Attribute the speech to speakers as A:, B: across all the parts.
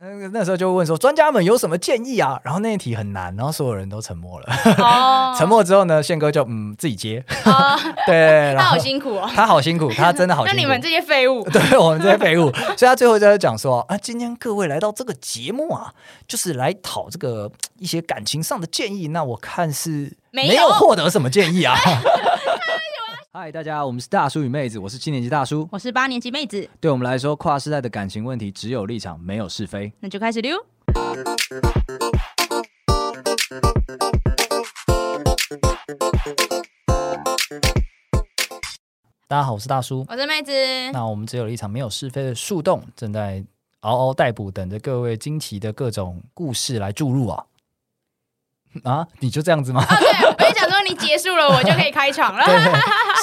A: 那那时候就问说，专家们有什么建议啊？然后那一题很难，然后所有人都沉默了。
B: 哦，
A: 沉默之后呢，宪哥就嗯自己接，
B: 哦，
A: 对， 然
B: 他
A: 后
B: 好辛苦哦。
A: 他好辛苦，他真的好
B: 那
A: 辛苦。，
B: 你们这些废物
A: 对我们这些废物，所以他最后就在讲说啊，今天各位来到这个节目啊，就是来讨这个一些感情上的建议。那我看是
B: 没
A: 没有
B: 有
A: 获得什么建议 啊。嗨，大家，我们是大叔与妹子，我是七年级大叔。
B: 我是八年级妹子，
A: 对我们来说，跨世代的感情问题只有立场，没有是非。
B: 那就开始溜。
A: 大家好，我是大叔。
B: 我是妹子，
A: 那我们只有立场，没有是非的树洞正在嗷嗷待哺，等着各位惊奇的各种故事来注入 啊。啊，你就这样子吗？
B: 哦，对，我就想说你结束了，我就可以开场了。
A: 对，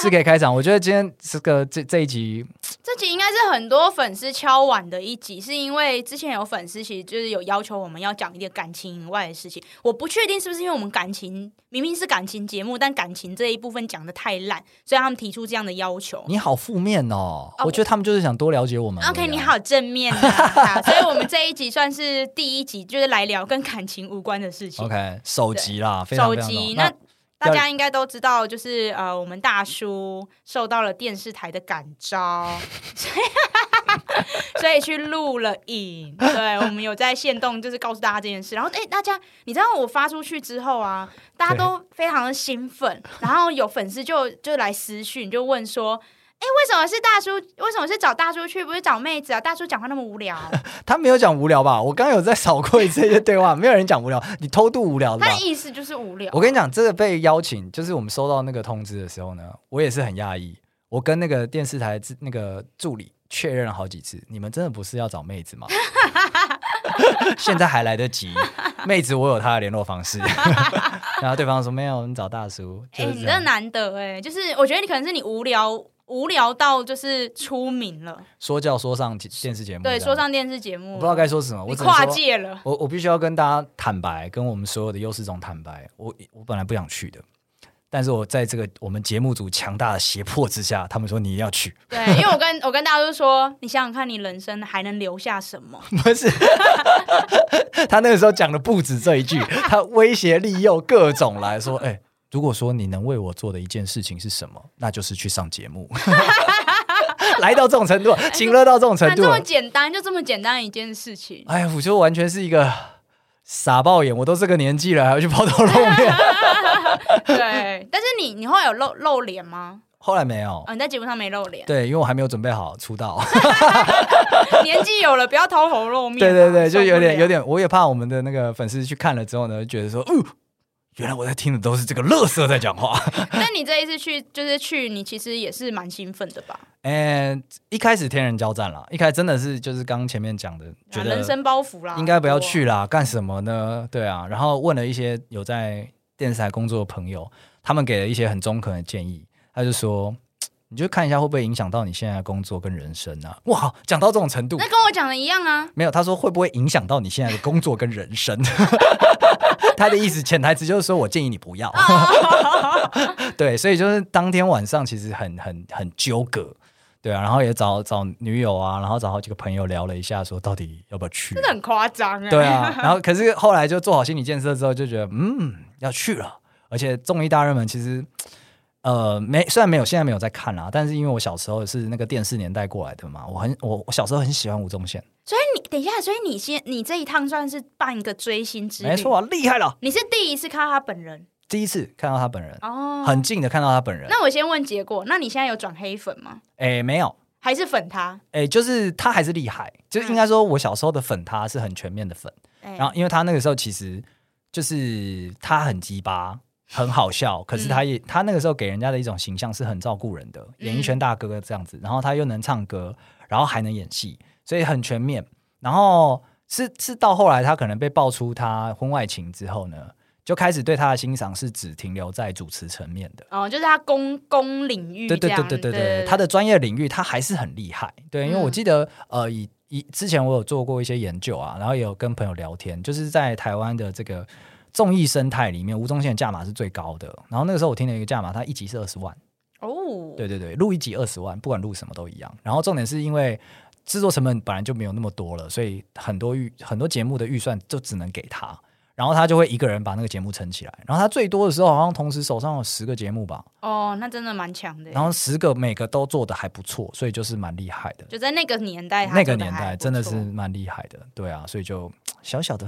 A: 是可以开场。我觉得今天这个这这一集，
B: 这集应该是很多粉丝敲碗的一集，是因为之前有粉丝其实就是有要求我们要讲一点感情以外的事情。我不确定是不是因为我们感情明明是感情节目，但感情这一部分讲的太烂，所以他们提出这样的要求。
A: 你好负面哦。
B: 啊
A: 我觉得他们就是想多了解我们而已啊。
B: OK，你好正面、啊好所以我们这一集算是第一集，就是来聊跟感情无关的事情。
A: ，OK，首集啦，非常
B: 手
A: 非常
B: 机
A: 懂
B: 那。大
A: 要
B: 家应该都知道，就是呃，我们大叔受到了电视台的感召，所以 所以去录了影。对，我们有在线动，就是告诉大家这件事。然后，哎、大家，你知道我发出去之后啊，大家都非常的兴奋，然后有粉丝就就来私讯，就问说。哎，为什么是大叔？为什么是找大叔去，不是找妹子啊？大叔讲话那么无聊，
A: 他没有讲无聊吧？我刚刚有在扫过这些对话，没有人讲无聊，你偷渡无聊的吧
B: 他的？意思就是无聊。
A: 我跟你讲，这个被邀请，就是我们收到那个通知的时候呢，我也是很讶异。我跟那个电视台制那个助理确认了好几次，你们真的不是要找妹子吗？ 现在还来得及，妹子我有她的联络方式。 然后对方说没有，你找大叔。
B: 哎、
A: 就是
B: 你
A: 这
B: 真的
A: 样、
B: 难得哎、就是我觉得你可能是你无聊无聊到就是出名了，
A: 说教说上电视节目这
B: 对，
A: 样，
B: 说上电视节目，
A: 嗯啊我不知道该说什么，我
B: 你
A: 只能
B: 跨
A: 说
B: 界 了，
A: 我我必须要跟大家坦白，跟我们所有的优势中坦白，我我本来不想去的，但是我在这个我们节目组强大的胁迫之下，他们说你要去，
B: 对，因为我跟我跟大家都说，你想想看，你人生还能留下 什么？
A: 不是？他那个时候讲的不止这一句，他威胁利诱各种来说，哎、如果说你能为我做的一件事情是什么，那就是去上节目。 来到这种程度，情勒到这种程
B: 哎那
A: 度
B: 这么
A: 了，
B: 简单，就这么简单一件 事情，
A: 哎呀，我就完全是一个傻爆眼，我都这个年纪了，还要去抛头露面。
B: 对。但是你你后来有露露脸吗？
A: 后来没有，
B: 哦，你在节目上没露脸，
A: 对，因为我还没有准备好出道。
B: 年纪有了，不要抛头露面啊。
A: 啊 对对对，就有点有
B: 点。
A: 点，我也怕我们的那个粉丝去看了之后呢，觉得说，嗯，原来我在听的都是这个乐色在讲话。
B: 但你这一次去就是去，你其实也是蛮兴奋的吧？
A: 嗯，一开始天人交战啦，一开始真的是就是刚前面讲的，觉
B: 啊
A: 得
B: 人生包袱啦，
A: 应该不要
B: 多
A: 去啦，干什么呢？对啊，然后问了一些有在电视台工作的朋友，他们给了一些很中肯的建议，他就说。你就看一下会不会影响到你现在的工作跟人生啊！哇，讲到这种程度，
B: 那跟我讲的一样啊。
A: 没有，他说会不会影响到你现在的工作跟人 生？他的意思潜台词就是说我建议你不 要。对，所以就是当天晚上其实很很很纠葛，对啊，然后也找找女友啊，然后找好几个朋友聊了一下，说到底要不要去
B: 真？的很夸张哎。
A: 对啊，然后可是后来就做好心理建设之后，就觉得嗯要去了，而且综艺大热门其实。呃，没，虽然没有，现在没有在看啦、但是因为我小时候是那个电视年代过来的嘛，我很我我小时候很喜欢吴宗宪，
B: 所以你等一下，所以你先，你这一趟算是办一个追星之旅，
A: 没错、啊，厉害了，
B: 你是第一次看到他本人
A: 第一次看到他本人，
B: 哦。
A: 很近的看到他本人。
B: 那我先问结果，那你现在有转黑粉吗？
A: 诶，没有，
B: 还是粉他？
A: 诶，就是他还是厉害，
B: 嗯
A: 就是应该说，我小时候的粉他是很全面的粉。
B: 哎
A: 然后，因为他那个时候其实就是他很鸡巴，很好 笑，可是他也、他那个时候给人家的一种形象是很照顾人的，
B: 嗯
A: 演艺圈大哥哥这样子。然后他又能唱歌，然后还能演戏，所以很全面。然后是是到后来他可能被爆出他婚外情之后呢，就开始对他的欣赏是只停留在主持层面的。
B: 哦，就是他公公领域
A: 对
B: 这
A: 对
B: 样，
A: 对对对对，他的专业领域他还是很厉害。对，因为我
B: 嗯
A: 记得、呃，以以之前我有做过一些研究啊，然后也有跟朋友聊天，就是在台湾的这个综艺生态里面，吴宗宪的价码是最高的。然后那个时候我听了一个价码，他一集是二十万，
B: 哦，
A: 对对对，录一集二十万，不管录什么都一样。然后重点是因为制作成本本来就没有那么多了，所以很多预很多节目的预算就只能给他，然后他就会一个人把那个节目撑起来。然后他最多的时候好像同时手上有十个节目吧，
B: 哦，那真的蛮强的耶。
A: 然后十个每个都做的还不错，所以就是蛮厉害的。
B: 就在那个年代，他
A: 那个
B: 做得
A: 年
B: 还
A: 代
B: 不
A: 真的
B: 错
A: 是蛮厉害的，对啊，所以就小小的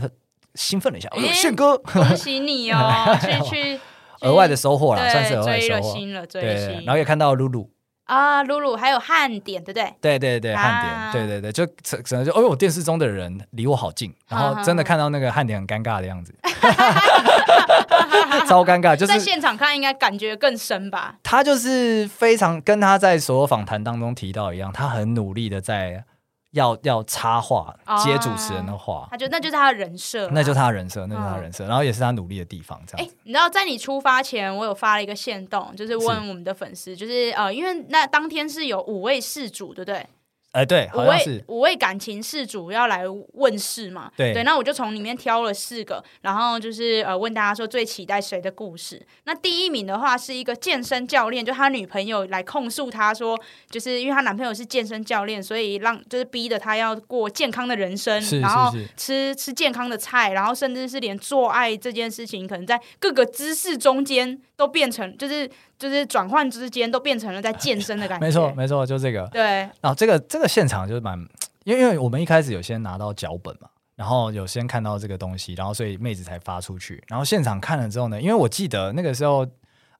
A: 兴奋了一下，哎呦
B: 哎
A: 炫哥
B: 恭喜你 哦，去去
A: 额外的收获啦，
B: 对
A: 算是额外的
B: 追
A: 收
B: 了
A: 获。
B: 星了，追
A: 对
B: 了
A: 对，对
B: 星。
A: 然后也看到露露，
B: 啊，露露还有汉典，对不对？
A: 对对对，汉
B: 啊
A: 典，对对对，就整整个就，哎呦，电视中的人离我好近，然 后真的看到那个汉典很尴尬的样子， 超尴尬，就
B: 在
A: 是
B: 现场看应该感觉更深吧？
A: 他就是非常跟他在所有访谈当中提到一样，他很努力的在要要插话
B: 哦
A: 接主持人的话，
B: 他就那就是他的人设啊，
A: 那就是他的人设，那就是他的人设，然后也是他努力的地方，这
B: 哎、
A: 样子。
B: 你知道在你出发前，我有发了一个线动，就是问我们的粉丝，就是呃，因为那当天是有五位事主，对不对？
A: 哎，对，
B: 五
A: 好像
B: 位
A: 是
B: 五位感情事主要来问事嘛？
A: 对
B: 那我就从里面挑了四个，然后就是呃问大家说最期待谁的故事。那第一名的话是一个健身教练，就他女朋友来控诉他说，就是因为她男朋友是健身教练，所以让就是逼的她要过健康的人生，
A: 是
B: 然后
A: 是是
B: 吃吃健康的菜，然后甚至是连做爱这件事情，可能在各个姿势中间都变成就是就是转换之间都变成了在健身的感觉。
A: 没错，没错，就这个。
B: 对，
A: 然后这个这个现场就是蛮，因为因为我们一开始有先拿到脚本嘛，然后有先看到这个东西，然后所以妹子才发出去。然后现场看了之后呢，因为我记得那个时候，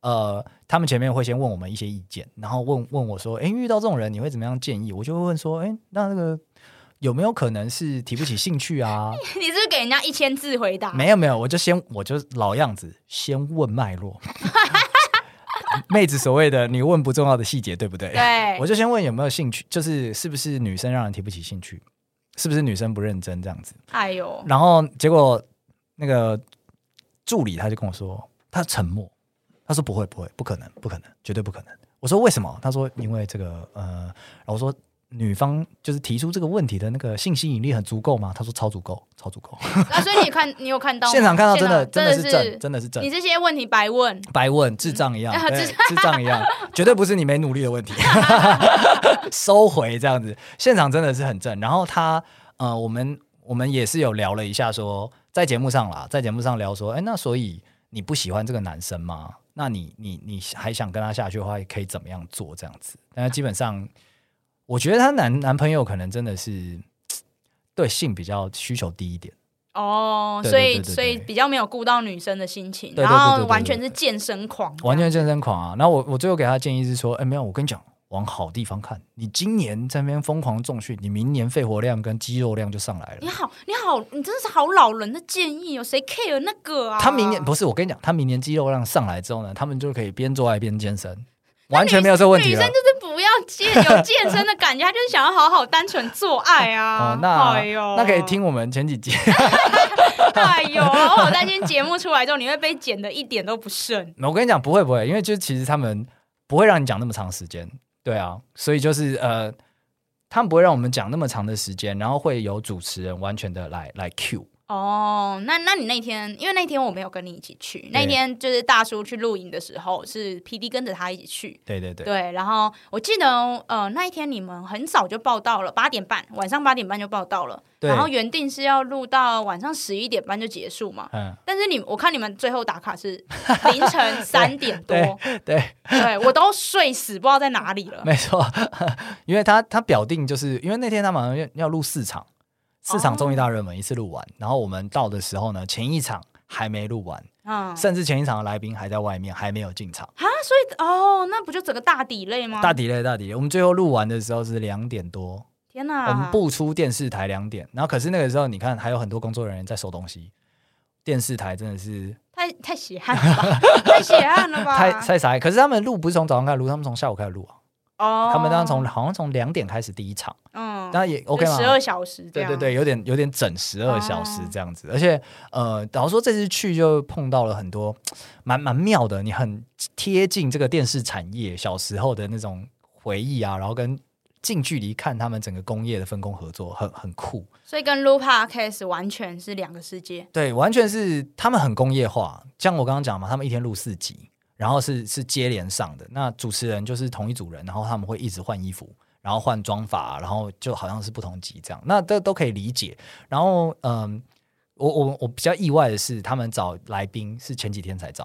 A: 呃，他们前面会先问我们一些意见，然后问问我说，诶，遇到这种人你会怎么样建议？我就会问说，诶，那那个有没有可能是提不起兴趣啊？
B: 你是不是给人家一千字回答？
A: 没有没有，我就先我就老样子，先问脉络。 妹子所谓的你问不重要的细节，对不对？
B: 对
A: 我就先问有没有兴趣，就是是不是女生让人提不起兴趣，是不是女生不认真这样子。
B: 哎呦，
A: 然后结果那个助理他就跟我说，他沉默，他说不会不会，不可能不可能，绝对不可能。我说为什么？他说因为这个呃，然后我说女方就是提出这个问题的那个性吸引力很足够吗？他说超足够，超足够。
B: 啊，所以你看， 你有看到吗
A: 现场看到真的
B: 现
A: 真的
B: 场真
A: 是正，真的是正
B: 你。这些问题白问，
A: 白问智障一样，
B: 啊
A: 对，智障 一样，绝对不是你没努力的问题。 收回这样子，现场真的是很正。然后他呃，我们我们也是有聊了一下说在节目上啦，在节目上聊说，哎，那所以你不喜欢这个男生吗？那你你你还想跟他下去的话，可以怎么样做这样子？但基本上，我觉得她男男朋友可能真的是对性比较需求低一点。
B: 哦，
A: 对
B: 所以
A: 对对对
B: 所以比较没有顾到女生的心情，
A: 对对对
B: 然
A: 对
B: 后
A: 对
B: 完全是健身狂，
A: 完全健身狂啊。然后我我最后给他的建议是说，哎，没有，我跟你讲，往好地方看，你今年在那边疯狂重训，你明年肺活量跟肌肉量就上来
B: 你
A: 了。
B: 好，你好，你真的是好老人的建议哦，谁 care 那个啊？
A: 他明年不是我跟你讲，他明年肌肉量上来之后呢，他们就可以边做爱边健身，完全没有这个问题
B: 女
A: 了
B: 生。就是不要健有健身的感觉，她就是想要好好单纯做爱 啊。
A: 哦，那、
B: 哎呦，
A: 那可以。听我们前几集，
B: 哎呦，我担心节目出来之后，你会被剪的一点都不剩。
A: 我跟你讲，不会不会，因为就其实他们不会让你讲那么长时间，对啊，所以就是呃，他们不会让我们讲那么长的时间，然后会有主持人完全的来来 cue，
B: 哦，那那你那天，因为那天我没有跟你一起去，那天就是大叔去露营的时候，是 P D 跟着他一起去。
A: 对对对，
B: 对，然后我记得，呃，那一天你们很早就报到了，八点半，晚上八点半就报到了，
A: 对
B: 然后原定是要录到晚上十一点半就结束嘛，
A: 嗯，
B: 但是你，我看你们最后打 卡是凌晨三点多，
A: 对。
B: 对我都睡死，不知道在哪里 了。
A: 没错，因为他他表定就是因为那天他们好像要要录四场，四场综艺大热门一次录完，然后我们到的时候呢，前一场还没录完，
B: 嗯，
A: 甚至前一场的来宾还在外面还没有进场，
B: 啊，所以哦，那不就整个大底类吗？
A: 大底嘞大底嘞，我们最后录完的时候是两点多，
B: 天哪，
A: 我们不出电视台两点，然后可是那个时候你看还有很多工作人员在收东西，电视台真的是
B: 太太血汗了吧， 太血汗了 吧，
A: 太太傻眼，可是他们录不是从早上开始录，他们从下午开始录啊，
B: 哦，
A: 他们当时从好像从两点开始第一场，
B: 嗯
A: 那也 OK 吗？
B: 十二小时这
A: 对
B: 样，啊
A: 对对，有点有点整十二小时这样子，而且呃，老实说这次去就碰到了很多蛮蛮妙的，你很贴近这个电视产业小时候的那种回忆啊，然后跟近距离看他们整个工业的分工合作，很很酷。
B: 所以跟 Lupa Case 完全是两个世界。
A: 对，完全是他们很工业化，像我刚刚讲嘛，他们一天录四集，然后是是接连上的，那主持人就是同一组人，然后他们会一直换衣服。然后换妆法，然后就好像是不同级这样，那这都可以理解。然后，嗯，我我我比较意外的是，他们找来宾是前几天才找，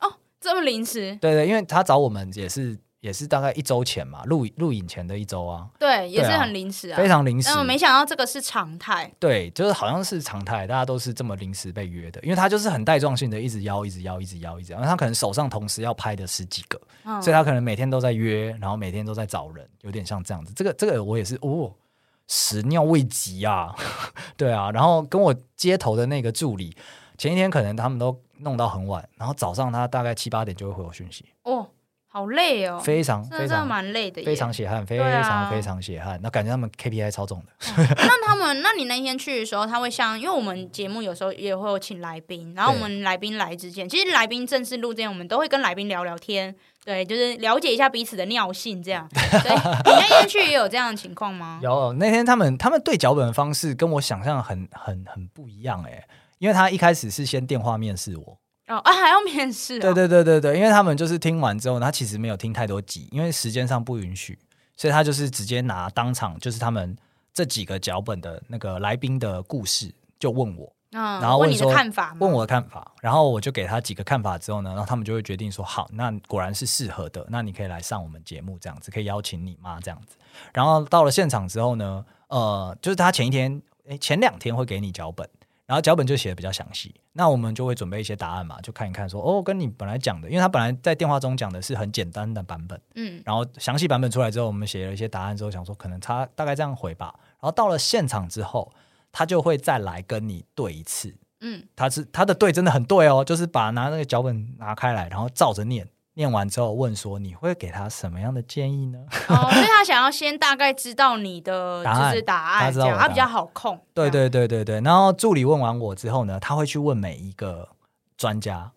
B: 哦，这么临时，
A: 对对，因为他找我们也是也是大概一周前嘛，录录影前的一周啊，
B: 对，也是
A: 对啊
B: 很临时啊
A: 非。常临时
B: 但。我没想到这个是常态，
A: 对，就是好像是常态，大家都是这么临时被约的，因为他就是很带状性的，一直邀，一直邀，一直邀，一直邀。他可能手上同时要拍的十几个，
B: 嗯
A: 所以他可能每天都在约，然后每天都在找人，有点像这样子。这个这个我也是哦，始料未及啊， 对啊。然后跟我接头的那个助理，前一天可能他们都弄到很晚，然后早上他大概七八点就会回我讯息，
B: 哦，好累哦，
A: 非常
B: 真的
A: 非
B: 真的
A: 常
B: 蛮累的耶。
A: 非常血汗，非
B: 对
A: 常
B: 啊
A: 非常血汗。那感觉他们 KPI 超重的，
B: 那他们，那你那天去的时候，他会像，因为我们节目有时候也会有请来宾，然后我们来宾来之前，其实来宾正式录之前，我们都会跟来宾聊聊天，对，就是了解一下彼此的尿性这 样。对，你那天去也有这样的情况吗？
A: 有那天他们他们对脚本的方式跟我想象很很很不一样哎、因为他一开始是先电话面试我，
B: 哦啊，还要面试、哦？
A: 对对对对对，因为他们就是听完之后，他其实没有听太多集，因为时间上不允许，所以他就是直接拿当场就是他们这几个脚本的那个来宾的故事就问我，
B: 嗯，
A: 然后问
B: 问你的
A: 说
B: 看法吗，
A: 问我的看法，然后我就给他几个看法之后呢，然后他们就会决定说好，那果然是适合的，那你可以来上我们节目这样子，可以邀请你妈这样子。然后到了现场之后呢，呃，就是他前一天，诶，前两天会给你脚本，然后脚本就写的比较详细，那我们就会准备一些答案嘛，就看一看说哦，跟你本来讲的，因为他本来在电话中讲的是很简单的版本，
B: 嗯，
A: 然后详细版本出来之后，我们写了一些答案之后，想说可能他大概这样回吧。然后到了现场之后，他就会再来跟你对一次。
B: 嗯
A: 他是他的对真的很对哦，就是把拿那个脚本拿开来，然后照着念，念完之后问说你会给他什么样的建议呢？
B: 哦，所以他想要先大概知道你 的
A: 答案
B: 就是答
A: 他
B: 案，
A: 知
B: 这
A: 道我
B: 样
A: 的答案
B: 他比较好控。
A: 对
B: 这样，
A: 对对对对，然后助理问完我之后呢，他会去问每一个专家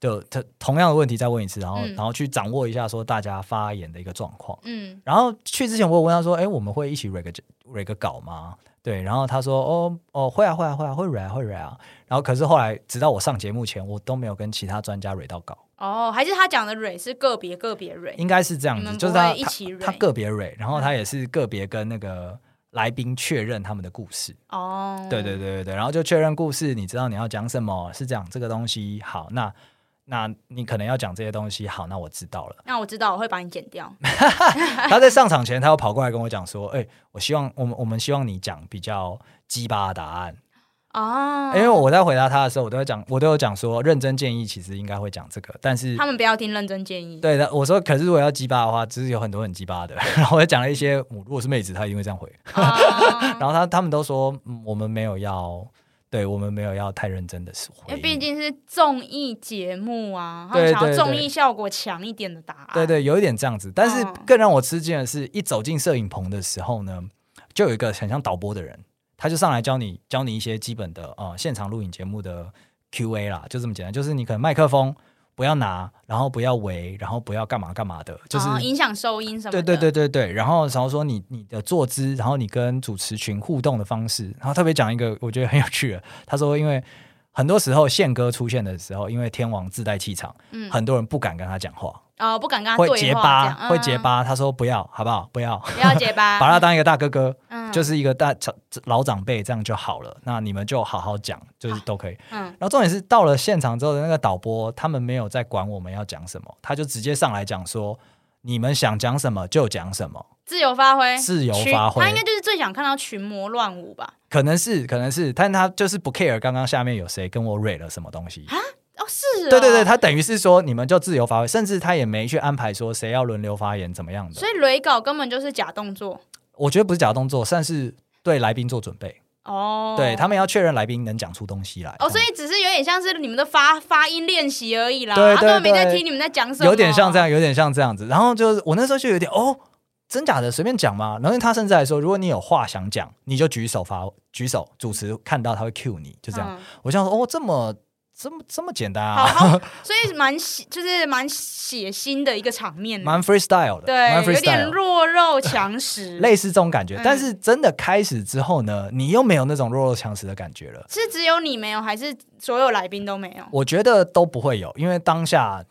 A: 的他同样的问题再问一次，然后、
B: 嗯
A: 然后去掌握一下说大家发言的一个状况。
B: 嗯，
A: 然后去之前我有问他说，哎，我们会一起 re 个 re 个稿吗？对，然后他说，哦哦，会啊会啊会啊会 re 啊会 re 啊。然后可是后来直到我上节目前，我都没有跟其他专家 re 到稿。
B: 哦，还是他讲的蕊是个别个别蕊，
A: 应该是这样
B: 你
A: 子，
B: 们
A: 就是
B: 不会
A: 他
B: 一起
A: 他他
B: rate
A: 个别 rate，然后他也是个别跟那个来宾确认他们的故事，
B: 哦，
A: 对对对对对，然后就确认故事，你知道你要讲什么，是讲这个东西，好，那那你可能要讲这些东西，好，那我知道 了。
B: 那我知道，我会把你剪掉。
A: 他在上场前，他又跑过来跟我讲说，哎、我希望我们我们希望你讲比较鸡巴的答案，
B: 哦，
A: 因为我在回答他的时候，我都会讲，我都有讲说认真建议，其实应该会讲这个，但是
B: 他们不要听认真建议。
A: 对的，我说可是如果要鸡巴的话，只是有很多很鸡巴的， 然后我就讲了一些，我如果是妹子，她一定会这样回。
B: 哦
A: 然后他他们都说、嗯我们没有要，对我们没有要太认真的回
B: 因为毕
A: 应。
B: 竟是综艺节目啊，他
A: 对
B: 们想要
A: 对
B: 综
A: 对
B: 艺效果强一点的答案。
A: 对对，有一点这样子，但是
B: 哦
A: 更让我吃惊的是，一走进摄影棚的时候呢，就有一个很像导播的人，他就上来教你教你一些基本的呃现场录影节目的 Q&A 啦，就这么简单，就是你可能麦克风不要拿，然后不要围，然后不要干嘛干嘛的，就是
B: 哦影响收音什么
A: 对
B: 的。
A: 对对对对，然后然后说你你的坐姿，然后你跟主持群互动的方式，然后特别讲一个我觉得很有趣的，他说因为很多时候宪哥出现的时候，因为天王自带气场，
B: 嗯，
A: 很多人不敢跟他讲话，
B: 哦，不敢跟他
A: 会
B: 对话
A: 结
B: 这
A: 巴
B: 样，
A: 会结，
B: 嗯啊
A: 巴，他说不要，好不好？不要，
B: 不要结 巴，
A: 把他当一个大哥哥，
B: 嗯
A: 就是一个大长老长辈这样就好了。那你们就好好讲，就是都可以。
B: 嗯
A: 然后重点是到了现场之后的那个导播，他们没有在管我们要讲什么，他就直接上来讲说。你们想讲什么就讲什么，
B: 自由发挥，
A: 自由
B: 群
A: 发挥
B: 他应该就是最想看到群魔乱舞吧？
A: 可能是，可能是，但他就是不 care 刚刚下面有谁跟我蕊了什么东西。
B: 哦，是哦，
A: 对对对，他等于是说你们就自由发挥，甚至他也没去安排说谁要轮流发言怎么样的
B: 所。以雷稿根本就是假动作
A: 我觉得不是假动作，算是对来宾做准备，
B: 哦。
A: 对他们要确认来宾能讲出东西来。
B: 哦，所以只是有点像是你们的发发音练习而已啦，
A: 对
B: 他
A: 对
B: 根本没在
A: 对
B: 听你们在讲什么，
A: 有点像这样，有点像这样子。然后就是我那时候就有点哦，真假的随便讲嘛。然后他甚至还说，如果你有话想讲，你就举手发举手，主持看到他会 cue 你，就这样。
B: 嗯
A: 我想说哦，这么这么这么简单啊
B: 好，好，所以蛮血，就是蛮血腥的一个场面，
A: 蛮 freestyle 的，蛮
B: 对，有
A: freestyle
B: 点
A: 的。
B: 弱肉强 食，
A: 类似这种感觉
B: 嗯。
A: 但是真的开始之后呢，你又没有那种弱肉强食的感觉了。
B: 是只有你没有，还是所有来宾都没有？
A: 我觉得都不会有，因为当下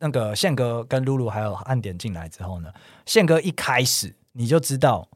A: 那个宪哥跟露露还有暗点进来之后呢，宪哥一开始你就知道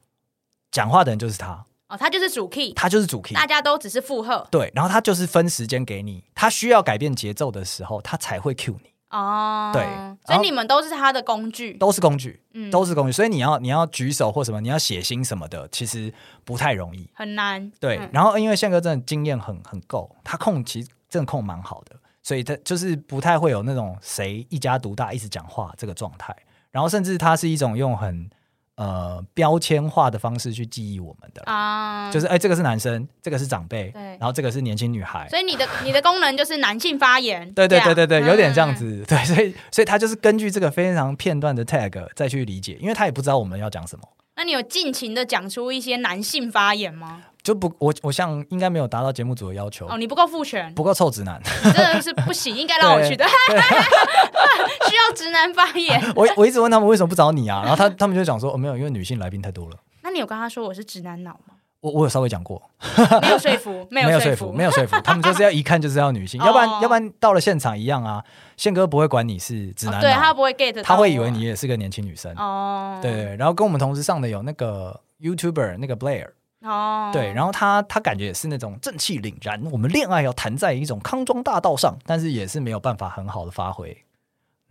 A: 讲话的人就是他，
B: 哦，他就是主 key，
A: 他就是主 key。
B: 大家都只是附和
A: 对，然后他就是分时间给你，他需要改变节奏的时候，他才会 cue 你，
B: 哦。
A: 对
B: 所
A: 然后
B: 以你们都是他的工具，
A: 都是工具，
B: 嗯，
A: 都是工具。所以你要你要举手或什么，你要写信什么的，其实不太容易。
B: 很难。
A: 对，
B: 嗯
A: 然后因为宪哥真的经验很很够，他控其实真的控蛮好的，所以他就是不太会有那种谁一家独大一直讲话这个状态。然后甚至他是一种用很呃标签化的方式去记忆我们的，
B: 啊，
A: 就是哎、这个是男生，这个是长辈，
B: 对
A: 然后这个是年轻女孩，
B: 所以你的你的功能就是男性发言，
A: 对对
B: 这
A: 对
B: 样
A: 对对，有点这样。
B: 嗯
A: 子，对，所以所以他就是根据这个非常片段的 tag 再去理解，因为他也不知道我们要讲什么，
B: 那你有尽情的讲出一些男性发言吗？
A: 就不我我像应该没有达到节目组的要求，
B: 哦，你不够父权，
A: 不够臭直男，
B: 你真的是不行，应该让我去的， 需要直男发 言。
A: 我我一直问他们为什么不找你啊，然后 他他们就讲说哦没有，因为女性来宾太多了，
B: 那你有跟他说我是直男脑吗？
A: 我我有稍微讲过，
B: 没有说服，没
A: 没
B: 有
A: 说
B: 服，
A: 没有说服，他们就是要一看就是要女 性，
B: 哦
A: 要不然要不然到了现场一样啊，宪哥不会管你是直
B: 哦
A: 男
B: 对他
A: 脑，
B: 不会 get，到
A: 他会以
B: 我
A: 为你也是个年轻女生，
B: 哦，
A: 对对，然后跟我们同时上的有那个 YouTuber 那个 Blair。
B: 哦，
A: 对，然后他他感觉也是那种正气凛然，我们恋爱要谈在一种康庄大道上，但是也是没有办法很好的发挥。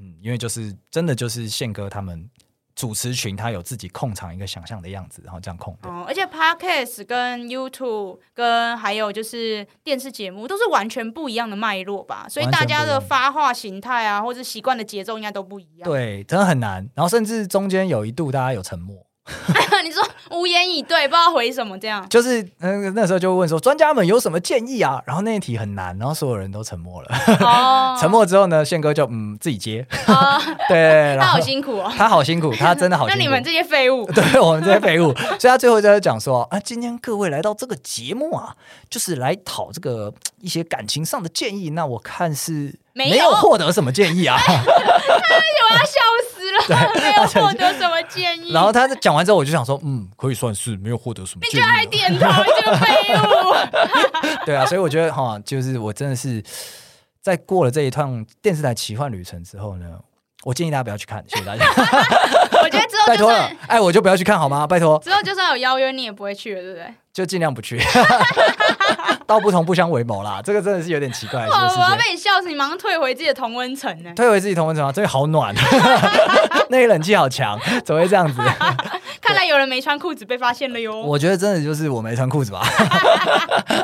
A: 嗯，因为就是真的就是宪哥他们主持群，他有自己控场一个想象的样子，然后这样控的。
B: 哦，而且 podcast 跟 YouTube 跟还有就是电视节目都是完全不一样的脉络吧，所以
A: 完全
B: 大
A: 不一样
B: 家的发话形态啊，或者习惯的节奏应该都不一样。
A: 对，真的很难。然后甚至中间有一度大家有沉默，
B: 你说无言以对，不知道回什么这 样。
A: 就是嗯那时候就会问说专家们有什么建议啊？然后那一题很难，然后所有人都沉默了。
B: 哦，
A: 沉默之后呢，宪哥就嗯自己接，
B: 哦，
A: 对，然
B: 他
A: 后
B: 好辛苦哦。
A: 他好辛苦，他真的好
B: 那
A: 辛苦。
B: 你们这些 废物，哎
A: 对我们这些废物，所以他最后就在讲说啊，今天各位来到这个节目啊，就是来讨这个嗯一些感情上的建议。那我看是
B: 没有
A: 有获得什么建议 啊。
B: 我要笑死了，没有获得什么建议。
A: 然后他讲完之后，我就想说，嗯，可以算是没有获得什么
B: 你
A: 建
B: 就爱
A: 议
B: 点头，你这个废 物。
A: 啊。对啊，所以我觉得哈，就是我真的是在过了这一趟电视台奇幻旅程之后呢。我建议大家不要去看，谢谢 大家，
B: 我觉得之后
A: 拜
B: 就
A: 托了
B: 算。
A: 哎，我就不要去看好吗？拜托，
B: 之后就算有邀约，你也不会去了，对不对？
A: 就尽量不 去， 道不同不相为谋啦。这个真的是有点奇怪的
B: 哇
A: 世界。
B: 我要被你笑死，你马上退回自己的同温层呢。
A: 退回自己同温层啊，这 里好暖，那里冷气好强，怎么会这样子？
B: 看来有人没穿裤子被发现了哟。
A: 我觉得真的就是我没穿裤子 吧，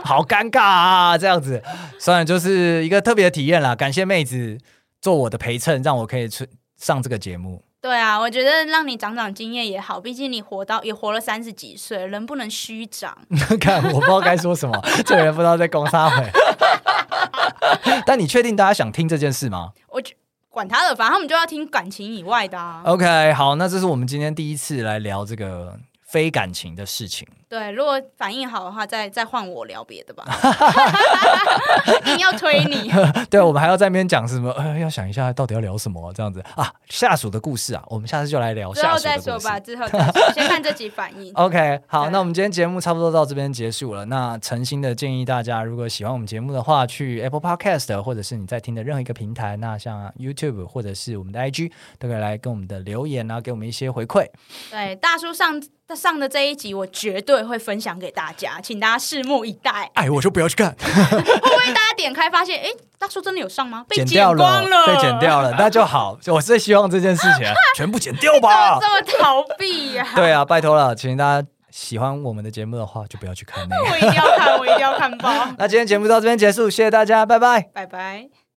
A: 好尴尬啊，这样子。算了，就是一个特别的体验啦，感谢妹子做我的陪衬，让我可以出上这个节目。
B: 对啊，我觉得让你长长经验也好，毕竟你活到也活了三十几岁，人不能虚长。
A: 嗯看，我不知道该说什么，这个人不知道在攻杀回。 但你确定大家想听这件事吗
B: 我觉管他了，反正他们就要听感情以外的啊。
A: ？OK，好，那这是我们今天第一次来聊这个非感情的事情。
B: 对，如果反应好的话，再再换我聊别 的吧。硬要推你，
A: 对，我们还要在那边讲什么？呃，要想一下到底要聊什么这样子啊。下属的故事 啊，我们下次就来聊
B: 之
A: 下
B: 后
A: 属的
B: 再
A: 故
B: 说
A: 事
B: 吧，。之后再说，先看这集反 应。
A: OK，好，
B: 对啊
A: 那我们今天节目差不多到这边结束了。那诚心的建议大家，如果喜欢我们节目的话，去 Apple Podcast 或者是你在听的任何一个平台，那像 YouTube 或者是我们的 IG 都可以来跟我们的留言啊，给我们一些回馈。
B: 对，大叔上上的这一集，我绝对会分享给大家，请大家拭目以 待。
A: 哎，我就不要去看，
B: 大家点开发现，哎，大叔真的有上吗？被
A: 剪掉
B: 光了，
A: 被剪。掉了，那就 好。我最希望这件事情啊全部剪掉
B: 怎么
A: 吧。
B: 这么逃避呀、
A: 对啊，拜托了，请大家喜欢我们的节目的话，就不要去看那个。，
B: 我一定要看，我一定要看爆
A: 那今天节目到这边结束，谢谢大家，拜拜。
B: 拜拜。